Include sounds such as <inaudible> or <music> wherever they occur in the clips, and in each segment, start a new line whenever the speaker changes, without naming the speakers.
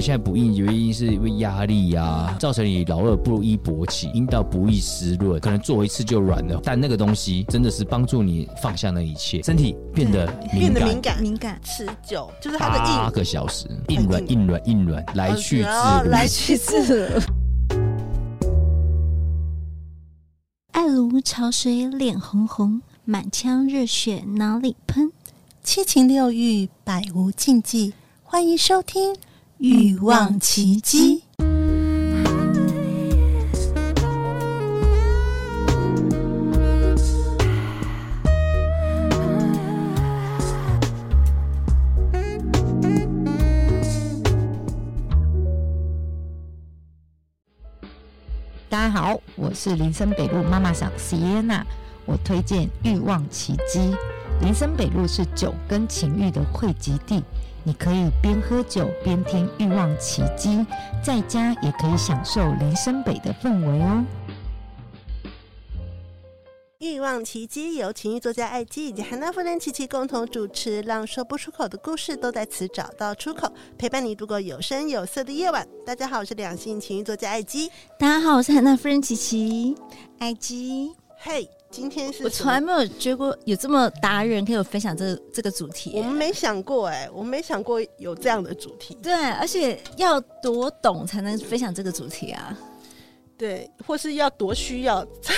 现在不硬，原因是因为压力呀、造成你老二不易勃起，阴道不易湿润，可能做一次就软了。但那个东西真的是帮助你放下那一切，身体变得敏
变得
感啊
敏。感，
敏感，
持久就是它的
八
硬。
个小时，硬软
很
硬软硬软，来去自
哦
如。
来
去世了。爱如潮水，脸红红，满腔热血哪里喷？
七情六欲，百无禁忌。欢迎收听《
欲望奇迹》。
大家好，我是林森北路妈妈桑 Sienna，我推荐《欲望奇迹》。林森北路是酒跟情欲的汇集地，你可以边喝酒边听《欲望奇迹》，在家也可以享受林森北的氛围哦。
欲望奇迹由情欲作家艾姬以及韩娜夫人琪琪共同主持，让说不出口的故事都在此找到出口，陪伴你度过有声有色的夜晚。大家好，我是两性情欲作家艾姬。
大家好，我是海娜夫人琪琪，埃及。
嘿，今天是
我
什
从
么
来没有觉过有这么达人可以有分享这这个主题
我
耶、
们没想过哎、我们没想过有这样的主题，
对，而且要多懂才能分享这个主题啊！
对，或是要多需要，
才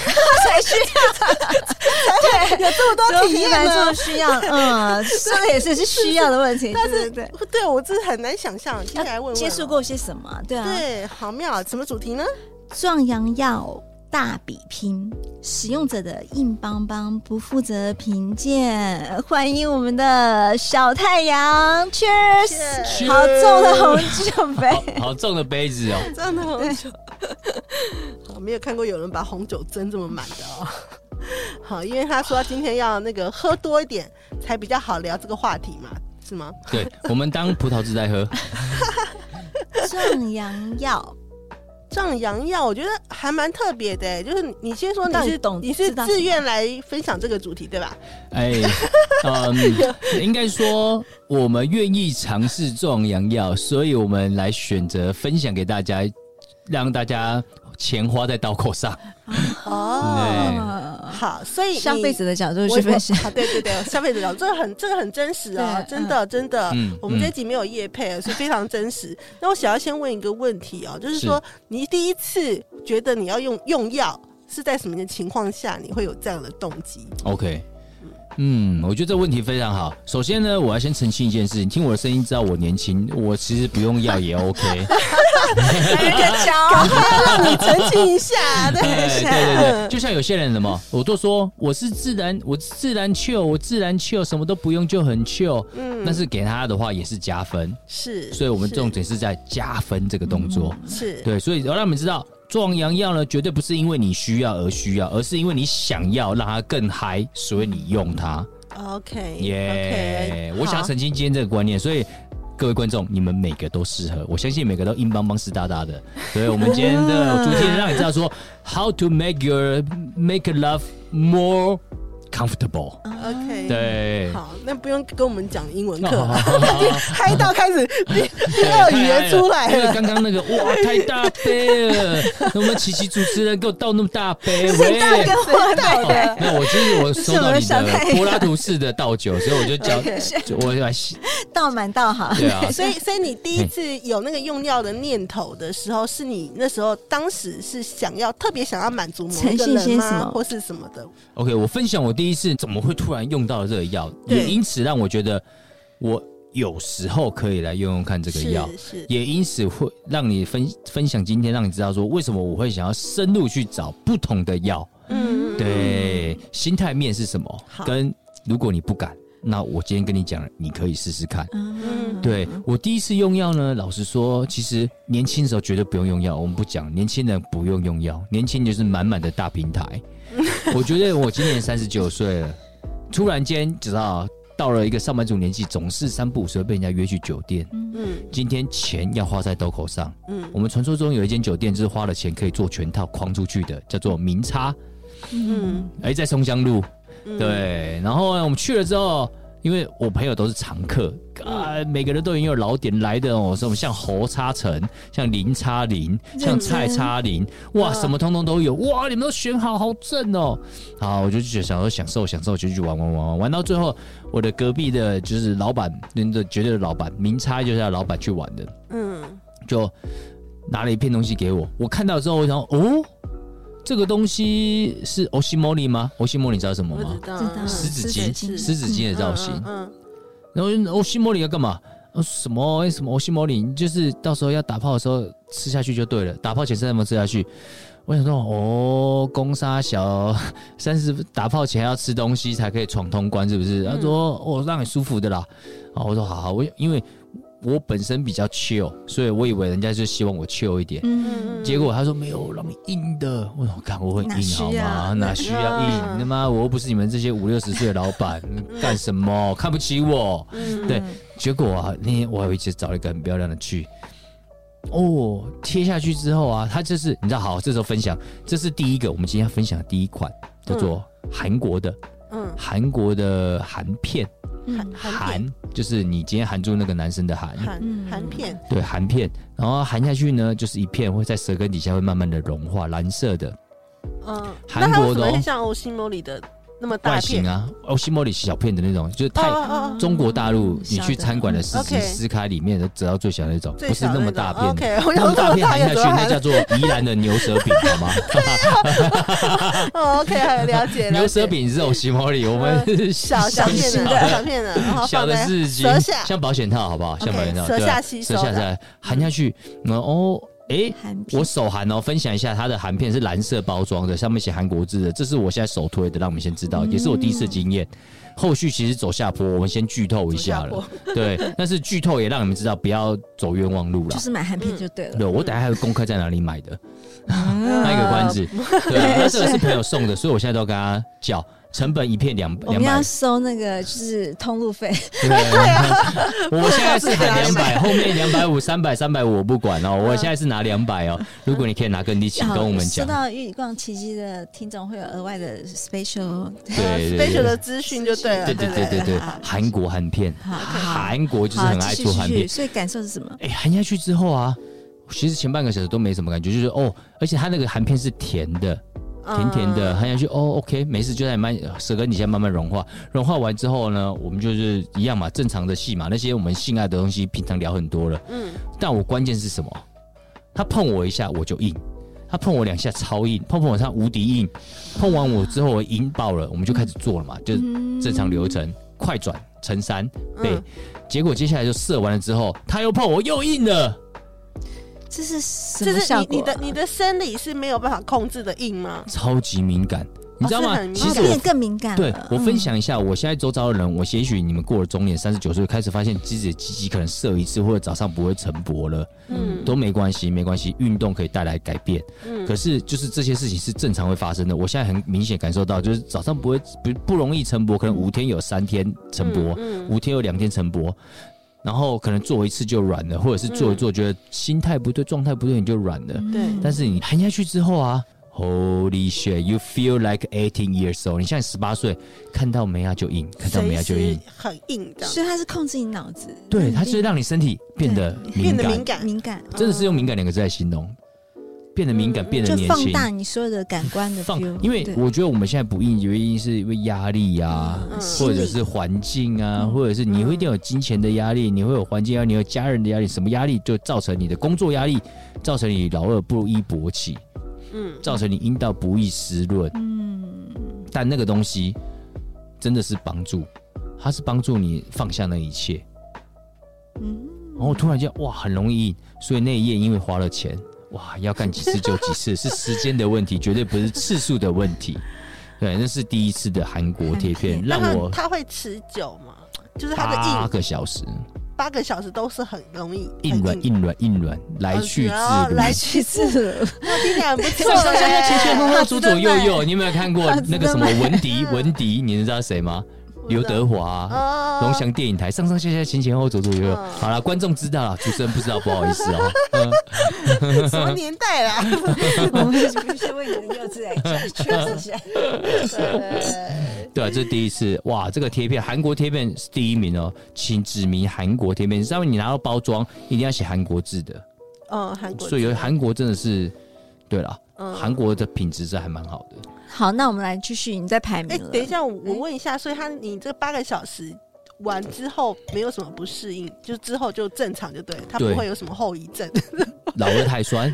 需要，对，有啊这么
多体验啊呢
来这么需要，
<laughs>
嗯，说的也是是需要的问题，
但
对
是
对
对我这很难想象。接下来问
对，
问
接触过些什么？对啊，
对，好妙，什么主
<laughs>
题呢？
壮阳药大比拼，使用者的硬邦邦不负责评鉴，欢迎我们的小太阳，Cheers！
Cheers
好重的红酒
<laughs>
杯。
好好重的杯子哦，
这样的红酒，好，没有看过有人把红酒斟这么满的哦。好，因为他说今天要那个喝多一点才比较好聊这个话题嘛，是吗？
对我们当葡萄汁在
<laughs>
喝，
壮阳药，
壮阳药我觉得还蛮特别的，欸就是你先说你
到底
是
懂
你是
知道
自
什么
愿来分享这个主题对吧？
哎，嗯，应该说我们愿意尝试壮阳药，所以我们来选择分享给大家，让大家钱花在刀口上。哦，
呃
好，所以你
消费者的角度
我
去分析
我。啊，对对对，消费者角度，这个很这个很真实啊，
对
<laughs> 真的真的
嗯，
我们这
嗯
集没有业配，啊所以非常真实。那我想要先问一个问题哦，就是
是
说你第一次觉得你要用用药是在什么样的情况下，你会有这样的动机？
OK，嗯，我觉得这问题非常好。首先呢，我要先澄清一件事，你听我的声音知道我年轻，我其实不用药也 OK。
赶快要让你澄清一下，
<laughs>
对
哎对对对，
嗯
就像有些人什么，我都说我是自然，我自然 chill，我自然 chill，什么都不用就很 chill，
嗯
但是给他的话也是加分，
是，
所以我们
是
重点是在加分这个动作。
是
对，所以要让你们知道，壮阳药呢，绝对不是因为你需要而需要，而是因为你想要让它更嗨，所以你用它。
OK
耶
OK，
我想要
好
澄清今天这个观念，所以。各位观众，你们每个都适合，我相信每个都硬邦邦湿哒哒的。所以我们今天的主题让你知道说，How to make your make love more comfortable。
OK。
对，
好，那不用跟我们讲英文
哦
课
好，好好好
<laughs> 嗨到开始第第二语言出来
因为
了。
刚刚那个哇，太大杯了！我们琪琪主持人给我倒那么大杯，喂。
我到
哦没有，我其实我收到你
是我的小太
的
阳
柏拉图式的倒酒，所以我就讲
OK，
就我来
倒满倒好，
对啊，
<laughs> 所以，所以你第一次有那个用药的念头的时候，是你那时候当时是想要特别想要满足某一个
呈现
人
些什
吗，
么
或是什么的？
OK，我分享我第一次怎么会突然用到这个药，
对
也因此让我觉得我有时候可以来用用看这个药，
是是
也因此会让你分分享今天，让你知道说为什么我会想要深入去找不同的药，
嗯，
对，心态面是什么
好，
跟如果你不敢，那我今天跟你讲了，你可以试试看。
嗯
对我第一次用药呢，老实说，其实年轻的时候绝对不用用药，我们不讲年轻人不用用药，年轻就是满满的大平
<laughs>
台。我觉得我今年三十九岁了，突然间知道到了一个上班族年纪，总是三不五时会被人家约去酒店。
嗯
今天钱要花在刀口上。
嗯
我们传说中有一间酒店，就是花了钱可以做全套框出去的，叫做明差。
嗯
哎，在松江路。
嗯，
对，然后呢，我们去了之后，因为我朋友都是常客啊，每个人都已经有老点来的哦，什么像侯叉成，像林叉林，像蔡叉林，哇，什么通通都有，哇，你们都选好，好正哦。好，我就去想说享受享受，就去玩玩玩玩，玩到最后，我的隔壁的就是老板，真的绝对的老板，明差就是他老板去玩的，
嗯，
就拿了一片东西给我，我看到之后，我想哦。这个东西是 Oshimori 吗？Oshimori 你知道什么
我
吗
知？道，
知道
嗯
狮子
狮
精，
子精
狮子精的造型。
嗯嗯
然后就哦，西莫里要干嘛？呃、什么诶什么欧西莫里，你就是到时候要打炮的时候吃下去就对了，打炮前三十分吃下去。我想说，哦，攻杀小 <laughs> 三十打炮前还要吃东西才可以闯通关，是不是？
嗯
他说，哦，让你舒服的啦。啊，我说好好，我因为我本身比较 chill，所以我以为人家就希望我 chill 一点。
嗯
嗯，
结果他说没有，让你硬的。我说干，我会
哪
硬
需
好
要
吗？哪需要硬？
嗯
他妈，我又不是你们这些五六十岁的老 <laughs> 板，干什么？看不起我？
嗯
对，结果啊，那天我还有一次找了一个很漂亮的去。哦，贴下去之后啊，它就是你知道，好，这时候分享，这是第一个，我们今天要分享的第一款，叫做韩国的
嗯
韩国的韩片，
嗯
韩
韩就是你今天含住那个男生的韩，
韩
嗯
韩片，
对，含片，然后含下去呢，就是一片会在舌根底下会慢慢的融化，蓝色的，
嗯，
韩
那它
国
为什
的
么会
哦
像欧西莫里的那么大
外
片
形？啊，哦，西莫里小片的那种，就是太、
哦哦哦
中国大陆你
小
去
的
餐馆的市集
OK
撕开里面的，只要最小的那种，
最
不是
小
那
的
么
种
大片的。
OK，我
那
想
么
这
大
么
片
大
含
片
下去，那叫做宜兰的牛舌
<laughs>
饼，好吗？
哦 OK，好了
<laughs>
解。
牛
了
舌
解
饼是欧西莫里，我们是
小小片
小
的，小片的，然后
小
放
的
在
四斤
舌，下，
像保险套好不好？像
OK，
保险套，
舌
对
下
啊
吸
舌
收
下
的
来含下去，然后哦诶，
韩
我
片
手韩哦，分享一下它的韩片是蓝色包装的，上面写韩国字的，这是我现在首推的，让我们先知
嗯
道，也是我第一次经验。后续其实走下坡，我们先剧透一下
走
了，对，但是剧透也让你们知道不要走冤枉路
就
了。
是买韩片就对了，
对，我等下还有功课在哪里买的，
啊
卖
那
个关
<laughs>
子。对啊，那这个是朋友送的，所以我现在都跟他叫，成本一片两
我
两
们要
百，
收那个就是通路费，
对
<laughs>
啊，我现在是喊两
啊
百，后面两百五、三百、三百五我不管哦，我现在是拿两百哦。如果你可以拿更低， <laughs> 请跟我们
收
讲。
到欲逛奇迹的听众会有额外的 special，
对对
s p e c i a
对
l 的资讯就对了，
对对
不
对对对
好，
韩国韩片，
好
韩国就是
好，
很爱
继续
做
继
韩片
续，。所以感受是什么？
哎，含下去之后啊，其实前半个小时都没什么感觉，就是哦，而且它那个韩片是甜的，
嗯
甜甜的，含下去哦，OK，没事，就在慢舌根底下慢慢融化。融化完之后呢，我们就是一样嘛，正常的戏嘛，那些我们性爱的东西，平常聊很多了。
嗯，
但我关键是什么？他碰我一下我就硬，他碰我两下超硬，碰碰我上无敌硬，碰完我之后我硬爆了，我们就开始做了嘛，就是正常流程，快转乘三倍。
嗯
结果接下来就射完了之后，他又碰我又硬了，
这是什
就
么
是
效
你
果啊？
你的你的生理是没有办法控制的硬吗？
超级敏感，你知道
哦
吗
是？很敏
其实
感
哦变
我
得更敏感了。
对我分
嗯
享一下，我现在周遭的人，我也许你们过了中年，三十九岁开始发现自己的鸡鸡可能射一次或者早上不会晨勃了，
嗯
都没关系，没关系，运动可以带来改变。
嗯
可是就是这些事情是正常会发生的。我现在很明显感受到，就是早上不会不不容易晨勃，可能五天有三天晨勃，
嗯
五天有两天晨勃，然后可能做一次就软了，或者是做一做觉得心态不对、状态不对你就软了。
嗯
对
但是你含下去之后啊，Holy shit，you feel like eighteen years old。你现在十八岁，看到没啊就硬，看到没啊就
随
硬
时。很硬这样，
所以它是控制你脑子，
对，
嗯
它就是让你身体变得敏
变得
感
敏，感，
敏感，
真的是用敏感两个字来形容，变得敏感，
嗯
变得
就
年
放
轻。
大你所有的感官的
放
feel，，
因为
对
我觉得我们现在不应，原因是因为压力啊，
嗯
或
心
者
理
是环境啊，
嗯
或者是你会一定有金钱的压力，你会有环境压啊力，你有家人的压力，什么压力就造成你的工作压力，造成你老二不依勃起，
嗯，
造成你阴道不易湿润。
嗯，
但那个东西真的是帮助，它是帮助你放下那一切。
嗯
然后突然间哇，很容易硬，所以那一夜因为花了钱，哇，要干几次就几
<laughs>
次，是时间的问题，绝对不是次数的问题。对，那是第一次的韩国贴片，
韩
让
那它
我
它会持久吗？就是它的
八
硬
个小时，
八个小时都是很容易
硬软硬软硬软，来去自
哦
如。
来去
去次
那听起来很不错
上上下下前前后
耶。 <laughs>
后左左右右，你有没有看过
好吃的
那个什么
麦
文迪？文迪，你知道谁吗？刘德华啊、
哦
龙翔电影台，上上下下前前后左左右右。
嗯
好了，观众知道了，主持人不知道，不好意思
<laughs>
哦。嗯
什么年代啦？
<laughs> 我们必须为你的幼稚哎，确实是。
对
对啊，这是第一次哇！这个贴片，韩国贴片是第一名哦，请指明韩国贴片，上面你拿到包装一定要写韩国字的，
哦，韩国
所以有韩国真的是，对了，
嗯
韩国的品质是还蛮好的。
好，那我们来继续，你再排
哎、
名了。
等一下，我我问一下，所以他你这八个小时完之后没有什么不适应，就之后就正常就对，他不
对
会有什么后遗症，
老二太
<laughs>
酸，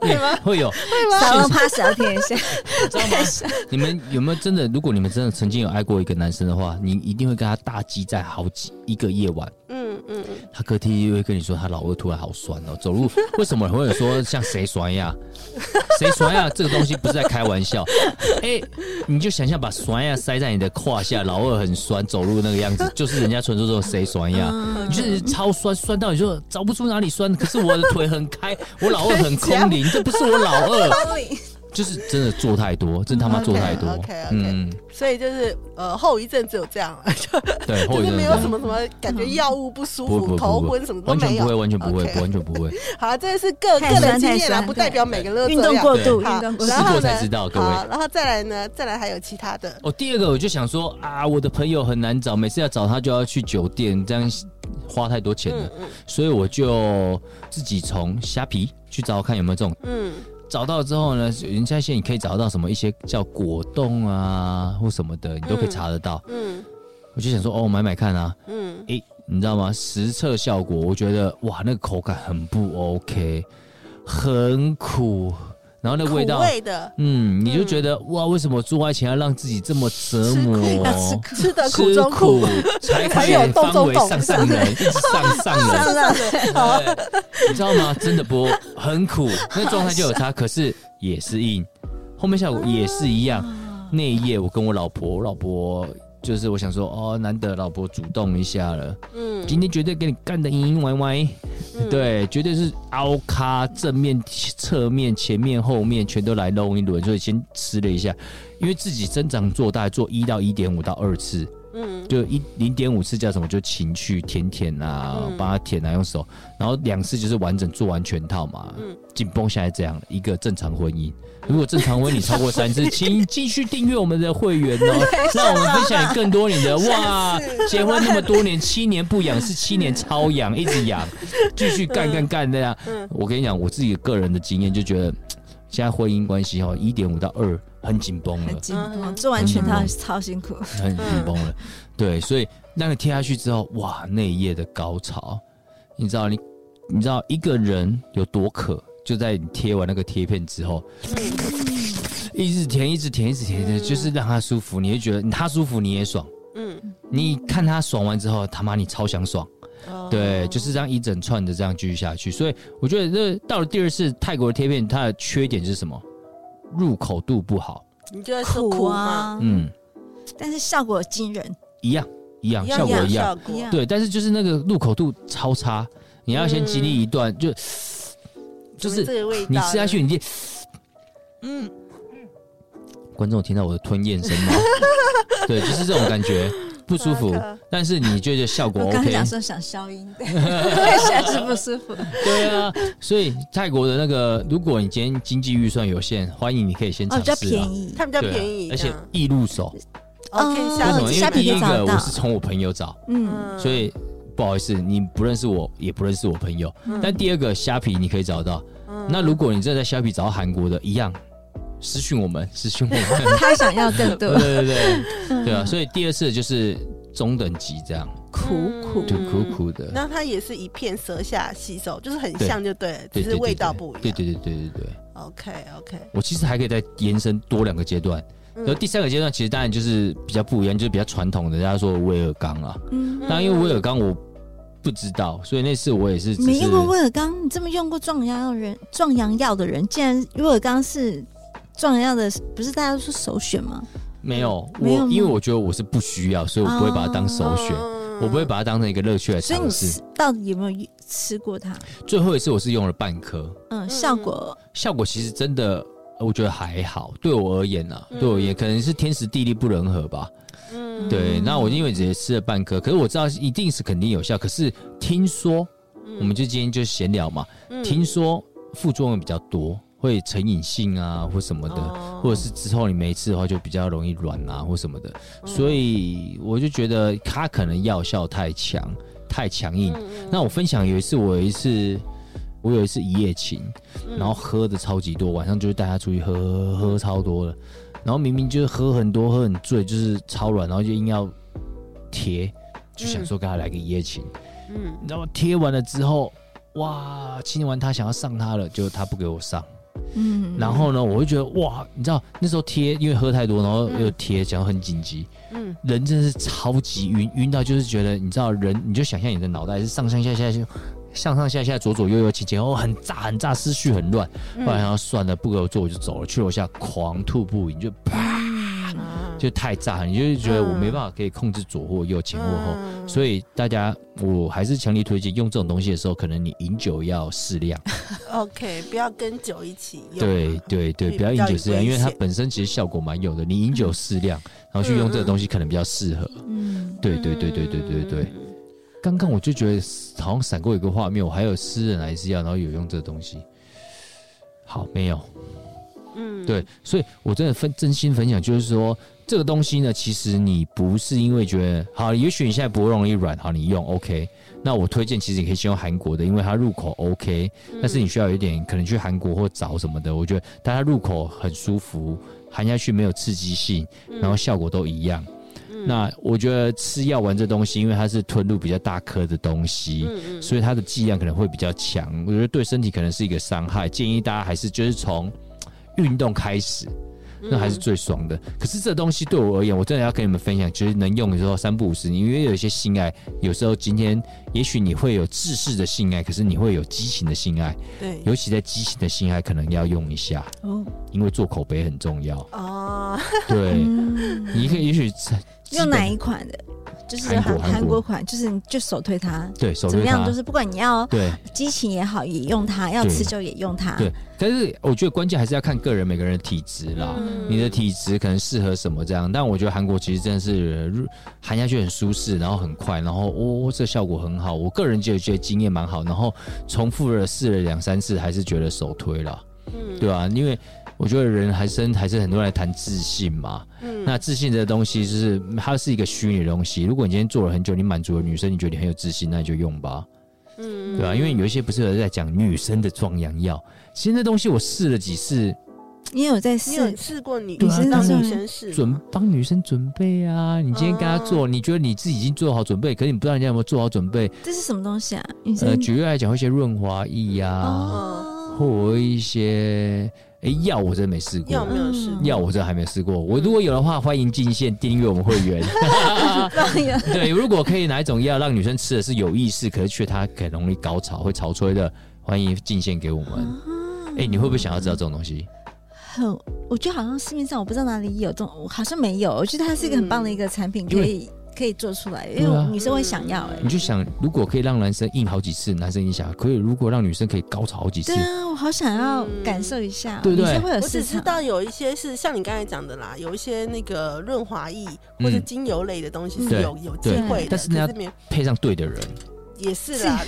会吗？ <laughs> 会有，
少 <laughs> 了 pass 要听一下，
知道吗？你们有没有真的？如果你们真的曾经有爱过一个男生的话，你一定会跟他大激战好几一个夜晚。
嗯嗯嗯，
他隔天又会跟你说他老二突然好酸哦，走路 <laughs> 为什么会有说像谁酸呀？谁酸呀？这个东西不是在开玩笑。哎、你就想象把酸呀塞在你的胯下，老二很酸，走路那个样子，就是人家传说中的谁酸呀。
嗯
你就是超酸，酸到你就找不出哪里酸，可是我的腿很
<laughs>
开，我老二很空灵，这不是我老二，就是真的做太多，真他妈做太多。
OK，OK，OK
嗯，
所以就是呃后遗症只有这样， <laughs> 就
对，后
就
遗
是
症
没
真
有
的
什么什么感
嗯
觉药物不舒
不
服、
不不
头
不
昏什么，都
完全
没
不会，
有。
完全不会，
OK
完全不会。
好啦，这个是个个
太酸
人经
太
验啦，
酸
不代表每个人都
运
这
动
样
过度，
好
运动过度
然。
然后
试过
呢？
才知道各位
好，然后再来呢？再来还有其他的，
哦，第二个我就想说啊，我的朋友很难找，每次要找他就要去酒店，这样花太多钱了，
嗯
所以我就自己从虾皮去找看有没有这种。
嗯，
找到之后呢，人家现在你可以找到什么一些叫果冻啊或什么的，你都可以查得到。
嗯
我就想说哦，买买看啊。
嗯
诶、你知道吗？实测效果，我觉得哇，那个口感很不 OK，很苦，然后那
苦
味道。
味的，
嗯，你就觉得、哇，为什么做爱前要让自己这么折磨？
吃的苦
嗯吃
中 <laughs> 苦，
才
才
可
有
以
动
方
中
为
动
上上人，
<laughs>
一直上上人，对你知道吗？真的不很
<laughs>
苦，那状态就有差，可是也是硬，后面效果也是一样。那一夜我跟我老婆，我老婆就是我想说，哦，难得老婆主动一下了，
嗯
今天绝对给你干的阴阴歪歪，
嗯
对，绝对是凹咖，正面、侧面、前面、后面全都来弄一轮，所以先吃了一下，因为自己增长做大，做一到一点五到二次，
嗯
就一零点五次叫什么？就情趣舔舔啊
嗯，
帮他舔啊，用手，然后两次就是完整做完全套嘛
嗯，
紧绷下来这样一个正常婚姻。如果正常婚姻超过三
<laughs>
次，请继续订阅我们的会员哦，让我们分享更多你的哇，结婚那么多年，七年不养是七年超养，一直
<laughs>
养，继续干干干那样。
嗯
我跟你讲，我自己个人的经验就觉得，现在婚姻关系哦，一点五到二很紧绷了
很。紧绷，做完
嗯
全套超辛苦。
很紧
嗯
绷了。对，所以那个贴下去之后，哇，那一夜的高潮，你知道你你知道一个人有多渴，就在你贴完那个贴片之后，一直舔，一直舔，一直舔，就是让他舒服，你会觉得他舒服你也爽。
嗯，
你看他爽完之后，他妈你超想爽，
哦
对，就是这样一整串的这样继续下去。所以我觉得这到了第二次泰国的贴片，它的缺点是什么？入口度不好，
你就在说
苦
嘛，
啊，
嗯，
但是效果惊人，
一样一样，
一
效
样
果一样，
效果
一样
对，但是就是那个入口度超差，你要先经历
嗯
一段，就就
怎么
是
这个味道，
你吃下去，，你就
嗯，
观众有听到我的吞咽声
<laughs>
吗？对，就是这种感觉，不舒服
好可，
但是你觉得效果
啊我刚
OK？
想说想消音，对， <laughs> 实在是不舒服。
对啊，所以泰国的那个，如果你今天经济预算有限，欢迎你可以先
哦，
尝
比较
试啊
便。宜，嗯
它比较
对啊
便宜，
而且
这样
易入手。
哦，可以
为
下
什
手
么？因
虾
为
皮
第
可以
一
找
个
得到
我是从我朋友找，
嗯，
嗯
所以不好意思，你不认识我，也不认识我朋友。
嗯
但第二个虾皮你可以找到，那如果你真的在虾皮找到韩国的，一样私讯我们，私讯我
<laughs>
们。
他想要更
对 <laughs>
多
对对对啊！所以第二次就是中等级这样，
苦苦
就苦苦的，
嗯那它也是一片舌下吸收，就是很
对
像就对了，
对
只
对
是
对
味道不一样。
对对对对对对，
OK OK，
我其实还可以再延伸多两个阶段。
嗯
然后第三个阶段其实当然就是比较不一样，就是比较传统的，人家说威尔刚啊。
嗯，
但因为威尔刚我不知道，所以那次我也是只
没啊
是
用过威尔刚，你这么用过壮阳药人，壮阳药的人，竟然威尔刚是壮阳药的，不是大家都说首选吗？
没有，
没
我
有吗哦
因为我觉得我是不需要，所以我不会把它当首选，
嗯
我不会把它当成一个乐趣来
所以
尝
你
试。
吃到底有没有吃过它？
最后一次我是用了半颗，
嗯，效果
效果其实真的我觉得还好，对我而言
嗯
啊，对我而言可能是天时地利不人和吧。
嗯，
对，那我因为只吃了半颗，可是我知道一定是肯定有效。可是听说，
嗯
我们就今天就闲聊嘛，
嗯
听说副作用比较多，会成瘾性啊或什么的，
哦
或者是之后你没吃的话就比较容易软啊或什么的。
嗯
所以我就觉得它可能药效太强，太强硬。
嗯
那我分享有一次，我有一次。我有一次一夜情，然后喝的超级多，晚上就是带他出去喝喝喝喝超多了，然后明明就是喝很多喝很醉，就是超软，然后就硬要贴，就想说跟他来个一夜情，
嗯，
你知道吗？贴完了之后，哇，亲完他想要上他了，就他不给我上。
嗯，
然后呢，我就觉得哇，你知道那时候贴，因为喝太多，然后又贴，讲很紧急，
嗯
嗯，人真的是超级晕，晕到就是觉得，你知道人，你就想象你的脑袋是上上下下就。上上下下左左右右前前后后很炸很炸，思绪很乱。
嗯
后来想要算了，不给我做我就走了，去楼下狂吐不饮，就啪
嗯
就太炸了，你就是觉得我没办法可以控制左或右前或后。
嗯
所以大家，我还是强力推荐用这种东西的时候，可能你饮酒要适量。
OK，不要跟酒一起用。
对对对，
对
不要
比
饮
较
酒
有
适量，
危
因为它
险
本身其实效果蛮有的。你饮酒适量，然后去用
嗯
这个东西可能比较适合。
嗯，
对对对对对对对。
嗯
刚刚我就觉得好像闪过一个画面，我还有私人癌是要，然后有用这个东西。好，没有。
嗯，
对，所以我真的分真心分享，就是说这个东西呢，其实你不是因为觉得好，也许你现在不容易软，好，你用 OK。那我推荐其实你可以先用韩国的，因为它入口 OK，但
嗯
是你需要有一点可能去韩国或找什么的，我觉得，但它入口很舒服，含下去没有刺激性，然后效果都一样。那我觉得吃药丸这东西，因为它是吞入比较大颗的东
嗯
西，所以它的剂量可能会比较强。我觉得对身体可能是一个伤害，建议大家还是就是从运动开始，
嗯
那还是最爽的。可是这东西对我而言，我真的要跟你们分享，就是能用的时候三不五时，因为有一些性爱，有时候今天也许你会有自式的性爱，可是你会有激情的性爱，
对
尤其在激情的性爱可能要用一下，
哦，
因为做口碑很重
<laughs>
要。
哦，
对，
嗯
你可以也许
用哪一款的？就是
韩
韩
国韩
韩
国
国款，就是你就手推它，
对手
怎
推
么样
它
都。是，不管你要
对
激情也好，也用它；要
对
持久也用它。
对，但是我觉得关键还是要看个人每个人的体质啦。
嗯
嗯
你的体质可能适合什么这样，但我觉得韩国其实真的是入含下去很舒适，然后很快，然后哦这效果很好，我个人就觉得经验蛮好，然后重复了试了两三次，还是觉得首推了，
嗯
对吧、因为我觉得人还生还是很多人来谈自信嘛，
嗯
那自信这个东西就是它是一个虚拟的东西，如果你今天做了很久，你满足了女生，你觉得你很有自信，那你就用吧，
嗯
对吧、因为有一些不是有在讲女生的壮阳药，其实那东西我试了几次。
你有在
你有
试？
试过女
对啊
生当
当然
女生试吗
准帮女生准备啊！你今天跟她做，你觉得你自己已经做好准备，可是你不知道人家有没有做好准备。
这是什么东西啊？女
呃，
生
举例来讲，会一些润滑液啊，
哦，
或一些诶药，我真的没试
药
过。
没有试过？
药我真的还没试过，我如果有的话，欢迎进线订阅我们会员。
让人
对，如果可以哪一种药让女生吃的是有意识，可是却她很容易高潮会潮吹的，欢迎进线给我
嗯
们。哎、你会不会想要知道这种东西？
很，我觉得好像市面上我不知道哪里有这种，我好像没有。我觉得它是一个很棒的一个产品，
因
可
为
以可以做出来，因
对啊
为女生会想要。哎
你，就想，如果可以让男生硬好几次，男生也想；可以如果让女生可以高潮好几次
对，啊，我好想要感受一下，
对不对
女生会有
我只
市
知
场。
道有一些是像你刚才讲的啦，有一些那个润滑液或者
嗯
精油类的东西
对
是有有机
对
会的，
但是
可
那
没有
配上对的人。
也是啦，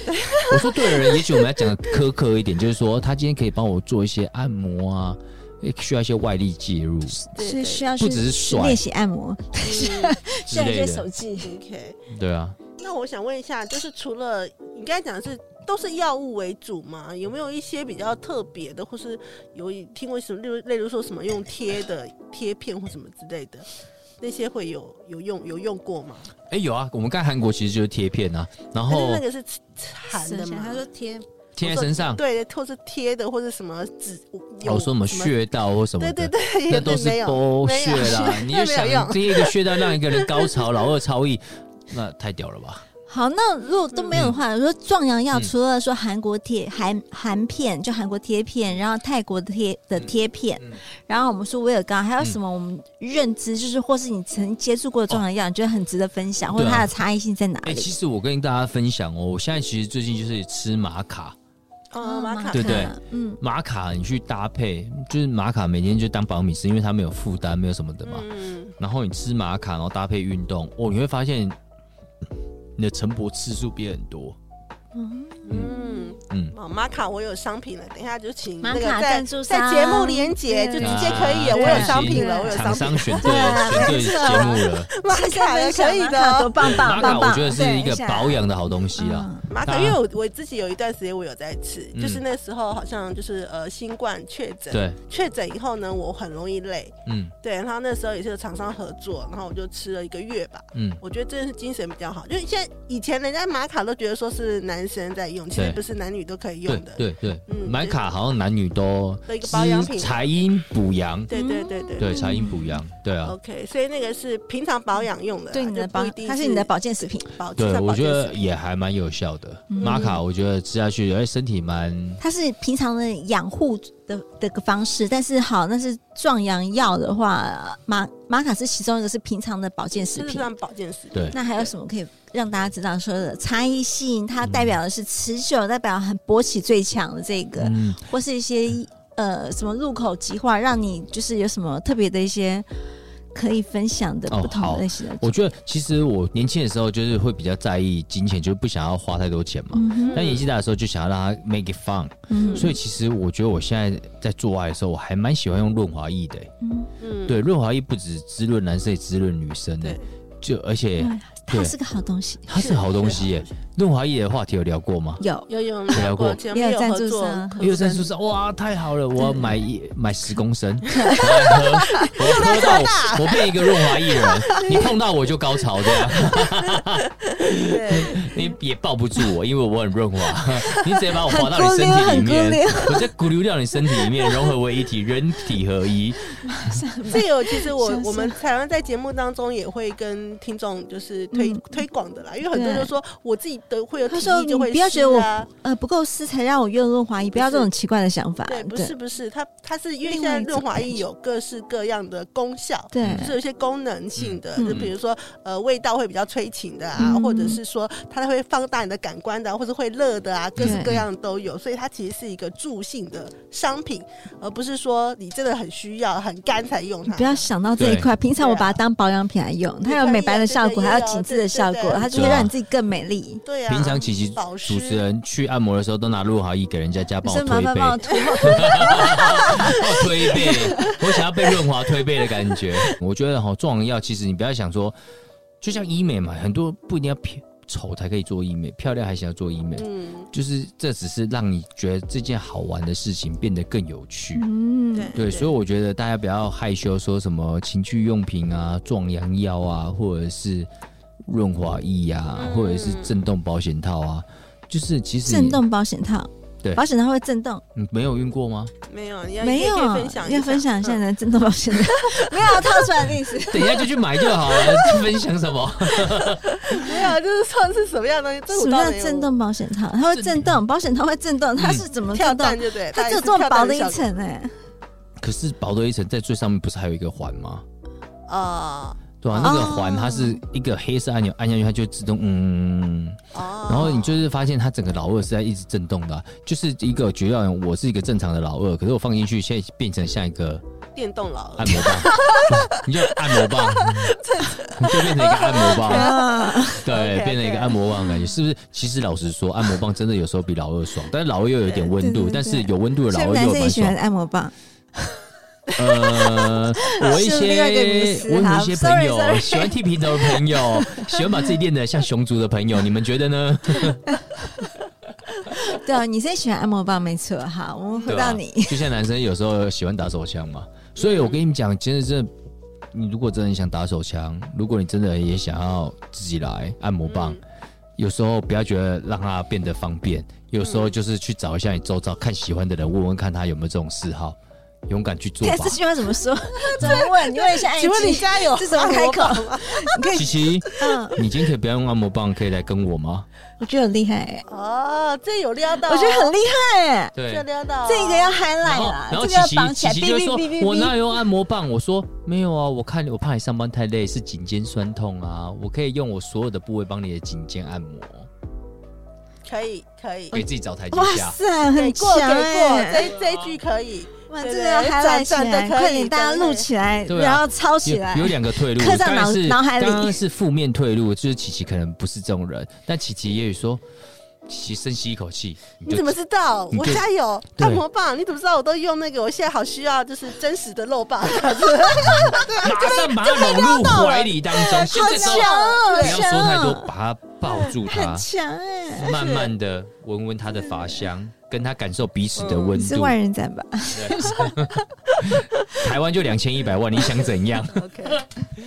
我说对的人，也许我们要讲的苛刻一点，就是说他今天可以帮我做一些按摩啊，也需要一些外力介入
对
是需要
不
去
只是
去
甩
练习按摩，
之
需要一
类
些手
的。
技。
嗯 OK，
对啊，
那我想问一下，就是除了你刚才讲的是都是药物为主嘛，有没有一些比较特别的，或是有听过什么，例如例如说什么用贴的贴片或什么之类的，那些会有有用有用过吗？
哎、有啊，我们看韩国其实就是贴片啊，然
但是
后
那个是吃吃含的嘛？
贴
贴在身上，
对，或是贴的，或者什么纸，有
我哦说什么穴道或什么的。
对对对，
那都是
没有
剥
没有
削
<laughs>
啦！你就
那没有
想
用
第一个穴道让一个人高
<laughs>
潮，老二超意，那太屌了吧？
好，那如果都没有的话，说壮阳药
嗯
除了说韩国贴韩韩片，就韩国贴片，然后泰国的贴的贴片，
嗯
然后我们说威尔刚，还有什么我们认知就是，或是你曾接触过的壮阳药，你觉得很值得分享，或者
对啊
它的差异性在哪
哎、
里？
其实我跟大家分享哦，我现在其实最近就是吃玛卡，
哦，玛卡
对不对？
嗯，
玛卡你去搭配，就是玛卡每天就当保米吃，因为它没有负担，没有什么的嘛。
嗯，
然后你吃玛卡，然后搭配运动，哦，你会发现你的晨勃次数变很多。
嗯，
嗯，
哦，玛卡我有商品了，等一下就请那个
玛卡
在
赞助商
在节目连接就
对
直接可以了，
啊
我有商品
开
了，
心
我有
厂商
商品， <laughs> 啊
选对选对节目了，
玛
其实
卡也
分享
可以
玛
的
卡
哦
多。棒棒
玛卡
棒棒，
我觉得是一个保养的好东西
对
啦。
嗯
玛
大
卡，
家
因为我我自己有一段时间我有在吃，
嗯
就是那时候好像就是呃新冠确诊，
对，
确诊以后呢，我很容易累，
嗯
对，然后那时候也是有厂商合作，然后我就吃了一个月吧，
嗯，
我觉得真的是精神比较好，就是现在以前人家玛卡都觉得说是男生在用，其实
对
不是男女都可以
对
用的，
对对，
嗯
玛卡好像男女都
的一个保养
是
品嗯
柴阴补阳，
对对对对
对，柴阴补阳，对啊。
OK，所以那个是平常保养用的啦，
对你的
就
保
不一，定
它是你的保健食品，
保健
对，
算
我
保健嗯
觉得
食品
也还蛮有效的。玛卡，我觉得吃下去，哎，身体蛮
它是平常的养护的的个方式，但是好，那是壮阳药的话，玛玛卡是其中一个是平常的保健食
就是
品。
算保健食品。
对，
那还有什么可以让大家知道说的差异性？它代表的是持久，代表很勃起最强的这个，
嗯，
或是一些呃什么入口即化，让你就是有什么特别的一些可以分享的
哦
不同
好
类型的。
我觉得其实我年轻的时候就是会比较在意金钱，就是不想要花太多钱嘛。
嗯哼，
但年纪大的时候就想要让它 make it fun，
嗯
哎所以其实我觉得我现在在做爱的时候，我还蛮喜欢用润滑液的、
嗯
嗯，
对，润滑液不止滋润男生，也滋润女生的、
对
就而且
嗯它是个好东西，
它是好东西耶、
是
润滑液的话题有聊过吗？
有
<laughs>
有有
有
聊
聊过
过，前面
也
有
有赞
合
助
作
商，
有赞助商哇，太好了！我要买一买十公
<laughs>
升，我来喝，我喝到我我变一个润滑
<laughs>
液人，你碰到我就高潮这样，
对，
你也抱不住我，因为我很润
<laughs>
滑，你直接把我滑到你身
很
体里
孤溜很孤
面，我再咕溜到你身体里面，融合为一体，人体合一。
<laughs> 这个其实
<laughs>
我我们台湾在节目当中也会跟听众就是推
嗯
推广的啦，因为很多人
对
就说我自己都会有体
他说
力就会
你不要
湿
觉得我
啊
呃不够湿才让我用润滑液，不要这种奇怪的想法。
对，不是不是，它它是因为
另
现
外
在
一
润
种
滑
感
液
觉
有各式各样的功效，
对
就是有一些功能性的，
嗯
就比如说呃味道会比较催情的啊，
嗯
或者是说它会放大你的感官的、啊，或者会热的啊，各式
对
各样都有，所以它其实是一个助性的商品，而不是说你真的很需要、很干才用它。
不要想到这一块，平常我把它当保养品来用，
啊
它有美白的效果，还有紧致的效果，它就会让你自己更美丽。
对啊，
平常琪琪
保
主持
湿
人去按摩的时候都拿润滑液给人家家帮我
是麻
啊推
烦
背，
帮我
帮
涂，
我推背，我想要被润滑推背的感觉。我觉得哈，壮阳药其实你不要想说，就像医美嘛，很多不一定要漂丑才可以做医美，漂亮还想要做医美，
嗯，
就是这只是让你觉得这件好玩的事情变得更有趣。
嗯，
对
对，所以我觉得大家不要害羞，说什么情趣用品啊、壮阳药啊，或者是润滑液啊，
嗯
或者是震动保险套啊，就是其实
震动保险套，
对
保险套会震动，
你没有用过吗？
没有，啊你要
没有啊
你也可以分享嗯
要分享一
<laughs>
下你的震动保险套，没
啊
有套出来的意 <laughs> 思。
等一下就去买就好了， <laughs> 分享什么？
嗯没有，就是说是什么样的东西，这
什
我
么
倒
叫
没有
震动保险套？它会震动，保险套会震动，它是怎么
嗯跳
震动？
蛋就对了，
它只有
是
这么
跳
薄
蛋
的一
效果
层哎，
可是薄的一层在最上面不是还有一个环吗？
啊
对啊，那个
哦
环它是一个黑色按钮，按下去它就自动嗯，嗯嗯
哦，
然后你就是发现它整个老二是在一直震动的啊、就是一个觉得我是一个正常的老二，可是我放进去现在变成像一个
电动老了
按。摩棒，
<laughs>
你就按摩棒，你就变成一个按摩
<laughs>
棒，
啊
对，
OK，
变成一个按摩棒的感觉，是不是？其实老实说，按摩棒真的有时候比老二爽，但是老二又有一点温
对对
度
对，
但是有温度的
所以
老二
男
又
生也
蛮
喜
爽
欢。按摩棒。
呃，我一
是另外一个迷
些
思
我有
好
一些朋
，sorry，
友
sorry
喜欢剃平头的朋
<laughs>
友，喜欢把自己练得像熊族的朋友，你们觉得呢？
对啊，女生喜欢按摩棒，没错。好，我们回
对啊
到
吧？
你。
<laughs> 就像男生有时候喜欢打手枪嘛，所以我跟你们讲，其实真的，你如果真的想打手枪，如果你真的也想要自己来按摩棒，
嗯
有时候不要觉得让它变得方便，有时候就是去找一下你周遭看喜欢的人，问问看他有没有这种嗜好，勇敢去做
看
吧
这。句话怎么说？ <laughs> 怎么问？你问一下 <laughs> 安琪，
请问你家有
这怎么开口？你可
琪
以，
琪，
嗯，
你今天可以不要用按摩棒，可以来跟我吗？
我觉得很厉害欸，
啊
哦，这有料到哦，
<laughs> 我觉得很厉害欸，
这
对。
料到哦
这个要 highlight
然后
啦，，
然后
这个
琪
要
琪，
绑起
琪琪
来，
就
哔哔
说
哔：“
我哪
哔哔。
有按摩棒？”我说：“没有啊，我看我怕你上班太累，是颈肩酸痛啊，我可以用我所有的部位帮你的颈肩按摩。”
看可以可以，
给自己找台阶
哇
下。
塞，
给
很
过
强
给过，
哎！
这这一句可以，
哇，
对
这
对
个还来起
赞赞的
来，
可以
快点，大家
对对
录起来，
对啊
然后抄起
有
来。
有两个退路，
刻在
当然
脑
是
脑海里
刚刚是负面退路，就是琪琪可能不是这种人，但琪琪也许说，琪琪深吸一口气，你
你
就
怎么知道？
你
我
就
家有
对
按摩棒，你怎么知道我都用那个？我现在好需要，就是真实的肉棒， <laughs>
马上把它拢入怀里当中。现在时候
哦
不要说太多
强哦，
把它抱住 <laughs> 它
很，强哎！
慢慢的闻闻它的发香，跟它感受彼此的温
你是
度。
万人斩吧？
台湾就两千一百万，你想怎样？
OK，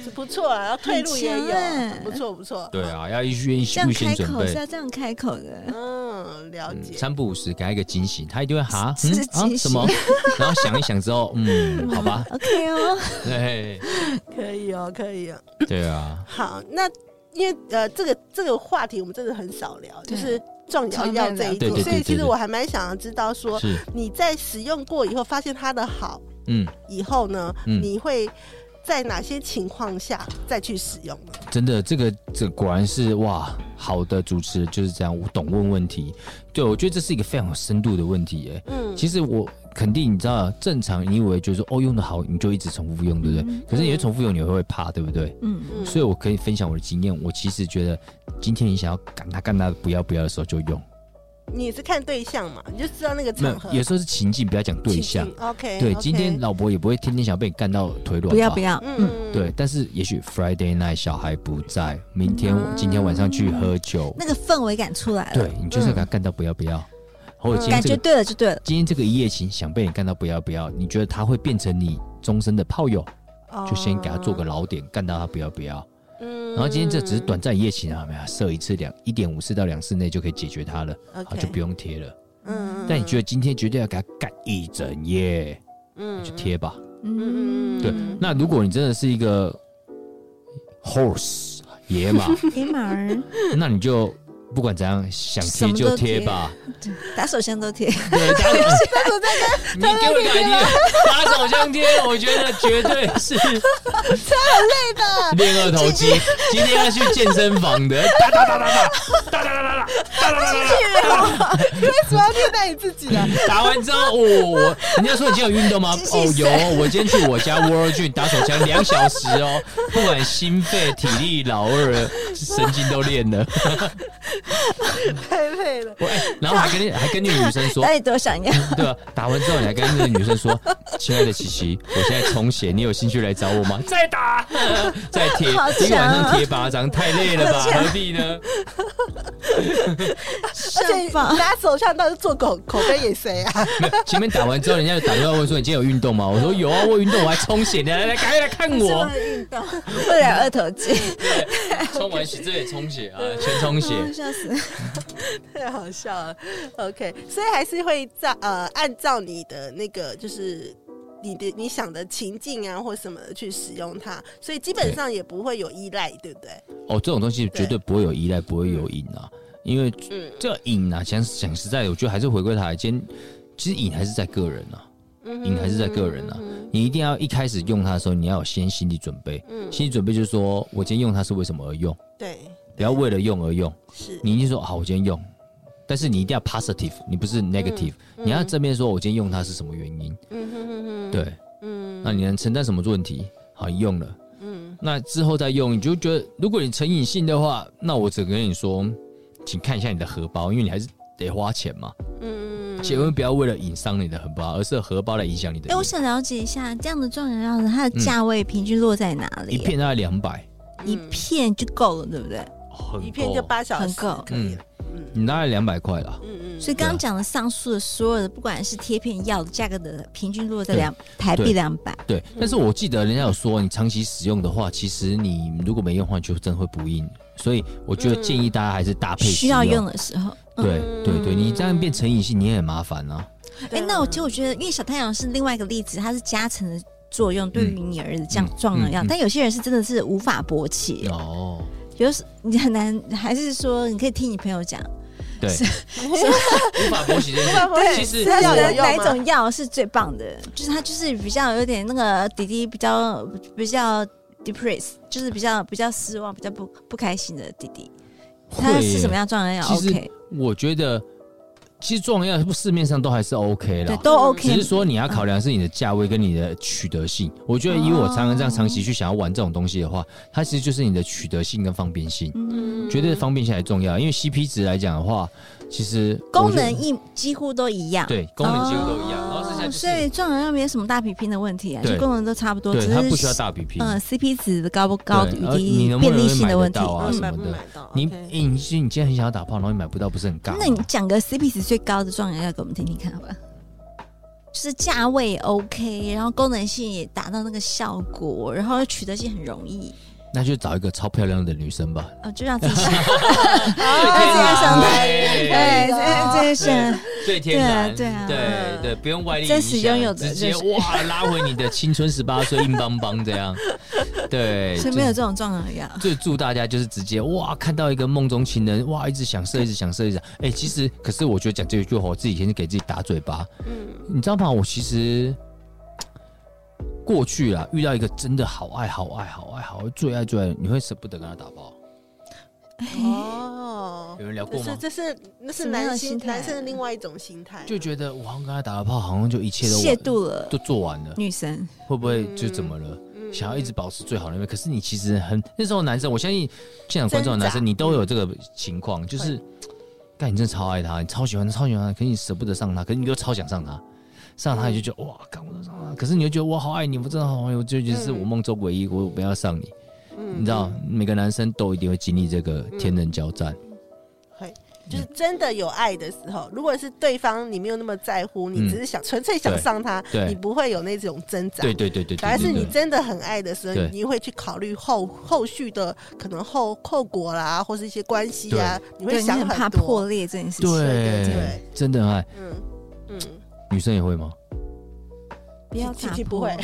这
<laughs>
不错啊，然后退路也
很
有
强哎，
不错不错。
对啊，要预先
这样
预先
开
准
口
备
是。要这样开口的，
嗯，了
嗯
解。
三不五时给他一个惊喜，他一定会哈嗯
是
啊
惊喜
什么，然后想一想之后，
<laughs>
嗯，好吧，
，OK 哦。
对
可以哦，可以哦。
对啊，
好，那因为呃，这个这个话题我们真的很少聊，就
对
是壮阳药这一
对
组，
对对
所以
对
其实
对
我还蛮想要知道说，
是，
你在使用过以后发现它的好
嗯，
以后呢，
嗯
你会在哪些情况下再去使用呢？
真的，这个这果然是哇，好的主持人就是这样，我懂问问题。对，我觉得这是一个非常有深度的问题，哎，
嗯，
其实我肯定你知道，正常你以为就是哦用的好，你就一直重复用，对不对？可是你会重复用，你会怕，对不对？
嗯，
嗯
所以我可以分享我的经验，我其实觉得今天你想要干他干他不要不要的时候就用，
你也是看对象嘛，你就知道那个
没有
场合，
有时候是情境，不要讲对象
情。境。OK，
对，今天老婆也不会天天想被你干到腿软吧，
不要不要，嗯，
嗯，
对，，但是也许 Friday night 小孩不在，明天、
嗯
今天晚上去喝酒，
啊那个氛围感出来了
对，你就是给他干到不要不要，或者今天
感
这
觉
个
对了就对了，
今天这个一夜情想被你干到不要不要，你觉得他会变成你终身的炮友，就先给他做个
哦，
老点，干到他不要不要。
嗯
然后今天这只是短暂一夜情啊，没有射一次两一点五次到两次内就可以解决它了，好
OK，
就不用贴了。
嗯，嗯
但你觉得今天绝对要给他干一整夜，
嗯
就贴吧。
嗯嗯嗯
对，那如果你真的是一个 horse 野马。
黑马儿
那你就不管怎样，想贴就贴吧。
打手枪都
<laughs>
贴，
对，打手你给我一个 idea，打手枪贴，我觉得绝对是超 <laughs> 累的。练二头肌，今天要去健身房的，打打打打打打打打打打打打打
主要虐待你自己
<laughs>
啊！
<laughs> 打，打完之后，哦，我人家说你今天有运动吗
继？续
哦，
睡
有哦，我今天去我家 World Gym 打手枪两小时哦， <laughs> 不管心肺、体力、老二、神经都练了。 <laughs>
太累了，
我哎，然后还跟那还跟那个女生说
到，底哎多想要？
对啊，打完之后你还跟那个女生说：“ <laughs> 亲爱的琪琪，我现在充血，你有兴趣来找我吗？” <laughs> 再打，再贴
好，
一晚
强
上
啊
贴八张，太累了吧？何必呢？ <laughs>
而且你
上吧
拿手上当是做 <laughs> 口口碑给谁啊？
<laughs> 没有前面打完之后，人家就打电话问说：“你今天有运动吗？”我说：“有啊，我有运动，我还充血呢，来来，赶快来看我，
运动，为了二头肌，
充完血这也充血啊，全充血。
哦
嗯笑死！
太好笑了。OK，所以还是会照呃按照你的那个就是。你的你想的情境啊，或什么的去使用它，所以基本上也不会有依赖，对不对？”
哦，这种东西绝对不会有依赖，不会有瘾啊，因为
嗯
这瘾啊，讲讲实在，的，我觉得还是回归台，今天其实瘾还是在个人啊。
嗯
赢还是在个人啊
嗯
你一定要一开始用它的时候，你要有先心理准备。
嗯
心理准备就是说我今天用它是为什么而用，
对，
不要为了用而用。
是
你一定说好，我今天用，但是你一定要 positive，你不是 negative，、你要正面说我今天用它是什么原因。
嗯哼哼哼，
对，
嗯
那你能承担什么问题？好，你用了，
嗯
那之后再用，你就觉得如果你成瘾性的话，那我只能跟你说，请看一下你的荷包，因为你还是得花钱嘛。
嗯
千万不要为了引伤你的荷包，而是荷包来影响你的
哎，我
瘾。
想了解一下，这样的壮阳药呢，它的价位平均落在哪里？
一片大概两百，
嗯
一片就够了，对不对？
很
一片
够
就八小时，
很够
可以了。
你大概两百块啦。
嗯嗯
所以刚刚讲的上述的所有的，不管是贴片药的价格的平均落在
对
两台币
对
两百，
对，但是我记得人家有说，你长期使用的话，其实你如果没用的话，就真的会不硬。所以我觉得建议大家还是搭配哦使
需要用。的时候。
对对对，你这样变成瘾性，你也很麻烦啊。
哎、那我其实我觉得，因为小太阳是另外一个例子，它是加成的作用对于你儿子这样壮阳药，
嗯嗯
但有些人是真的是无法勃起，
哦，
有时你很难，还是说你可以听你朋友讲，
对，无
<laughs>
法勃起这件
无法勃
事，
起
其实
是要
他
有
的
用
哪一
吗
种药是最棒的？就是它就是比较有点那个弟弟比较比较 depressed，就是比较比较失望、比较不不开心的弟弟。它
会
是
耶
什么样的状态要
其实
OK，
我觉得其实重要市面上都还是 OK
对，
啦。嗯
都
只
OK
是。说你要考量是你的价位跟你的取得性，我
哦
觉得以我常常这样长期去想要玩这种东西的话，它其实就是你的取得性跟方便性，
嗯，
绝对方便性还重要。因为 CP 值来讲的话，其实我
功
觉得
能一几乎都一样，
对功能几乎都一样，然后剩下
哦，
就
所以
是
壮阳药没有什么大比拼的问题啊，
对
就功能都差不多，只
对
是
它不需要大比拼，
嗯 CP 值的高不高
对
以
而你
及
能不
便
能
利性的问题。
买得
嗯
到啊什
嗯买
么
不
的
买到？
你
OK
诶你是你今天很想要打炮，然后你买不到，不是很尬吗？
那你讲个 CP 值最高的壮阳药给我们听听看，好吧？就是价位也 OK，然后功能性也达到那个效果，然后取得性很容易，
那就找一个超漂亮的女生吧。
哦，就让自
<laughs>
己想，哦
最
这样想的，
对
对，这这是
最天然，
对啊对
对对，不用外力影响，
真实拥有的
直接
就是
哇拉回你的青春十八岁，硬邦邦这
<laughs>
样。对，
所以没有这种壮阳药。
就。就祝大家就是直接哇，看到一个梦中情人，哇，一直想射，一直想射，一直想。哎、其实可是我觉得讲这句话，我自己先给自己打嘴巴，
嗯
你知道吗？我其实过去啊，遇到一个真的好爱、好爱、好爱、好爱最爱最爱，你会舍不得跟他打包。
哦
有，人聊过
这是
吗？
这是那是
什么样的
男性
心态
男生的另外一种心态，
就觉得我好像跟他打了炮，好像就一
<laughs>
切都完
亵渎了
都做完了，
女神，
会不会就怎么了？
嗯
想要一直保持最好的那面，可是你其实很那时候男生，我相信现场观众的男
挣
生，
扎
你都有这个情况，就是，干你真的超爱他，你超喜欢他，超喜欢他，可是你舍不得上他，可是你又超想上他，上
嗯
他你就觉得哇，干我都上他，可是你又觉得我好爱你，我真的好爱你，哎我就觉得是我梦中唯一，我不要上你，
嗯
你知道，每个男生都一定会经历这个天人交战，
会就是真的有爱的时候，如果是对方你没有那么在乎，你
嗯
只是想纯粹想上他，
对
你不会有那种挣扎。
对对对对对，
反而是
对
你
对
真的很爱的时候，
对
你会去考虑后后续的可能后后果啦，或是一些关系啊，你会
对你
想
很怕
多
破。裂这件事情，
对
对
真的很爱，
嗯嗯，
女生也会吗？
不要
琪
打
琪不
破
会，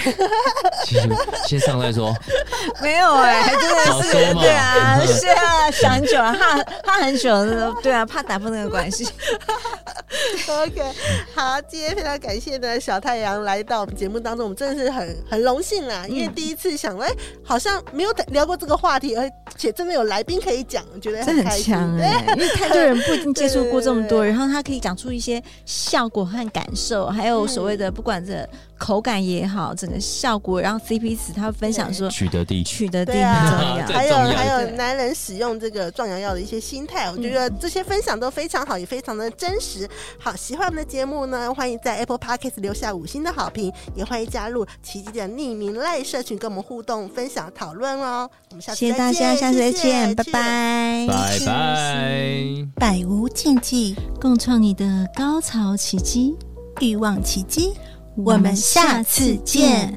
其实先上再说，
没有 <laughs> 哎、真
早
的
说
是
嘛
对啊，是啊，想很久了，怕怕很久了，对啊，怕打破那个
<laughs>
关系。
OK，好，今天非常感谢呢小太阳来到我们节目当中，我们真的是很很荣幸
嗯
啦，因为第一次想，哎、好像没有聊过这个话题，而且真的有来宾可以讲，我觉得
这很
开心。
强
对
哎、因为太多人不一定接触过这么多，
对对对
<laughs> 然后他可以讲出一些效果和感受，还有所谓的不管这口感也好，整个效果，然后 CP 值，他会分享说
取得
<laughs>
地，
取得地
对
很重
啊
要，，
这
还有
重要
还有
对
男人使用这个壮阳药的一些心态，我觉得
嗯
这些分享都非常好，也非常的真实。好，喜欢我们的节目呢，欢迎在 Apple Podcast 留下五星的好评，也欢迎加入奇迹的匿名赖社群跟我们互动、分享、讨论哦。我们下次
谢谢大家，下次再见，拜。拜，
拜拜。
百无禁忌，
共创你的高潮奇迹，
欲望奇迹。
我们下次见。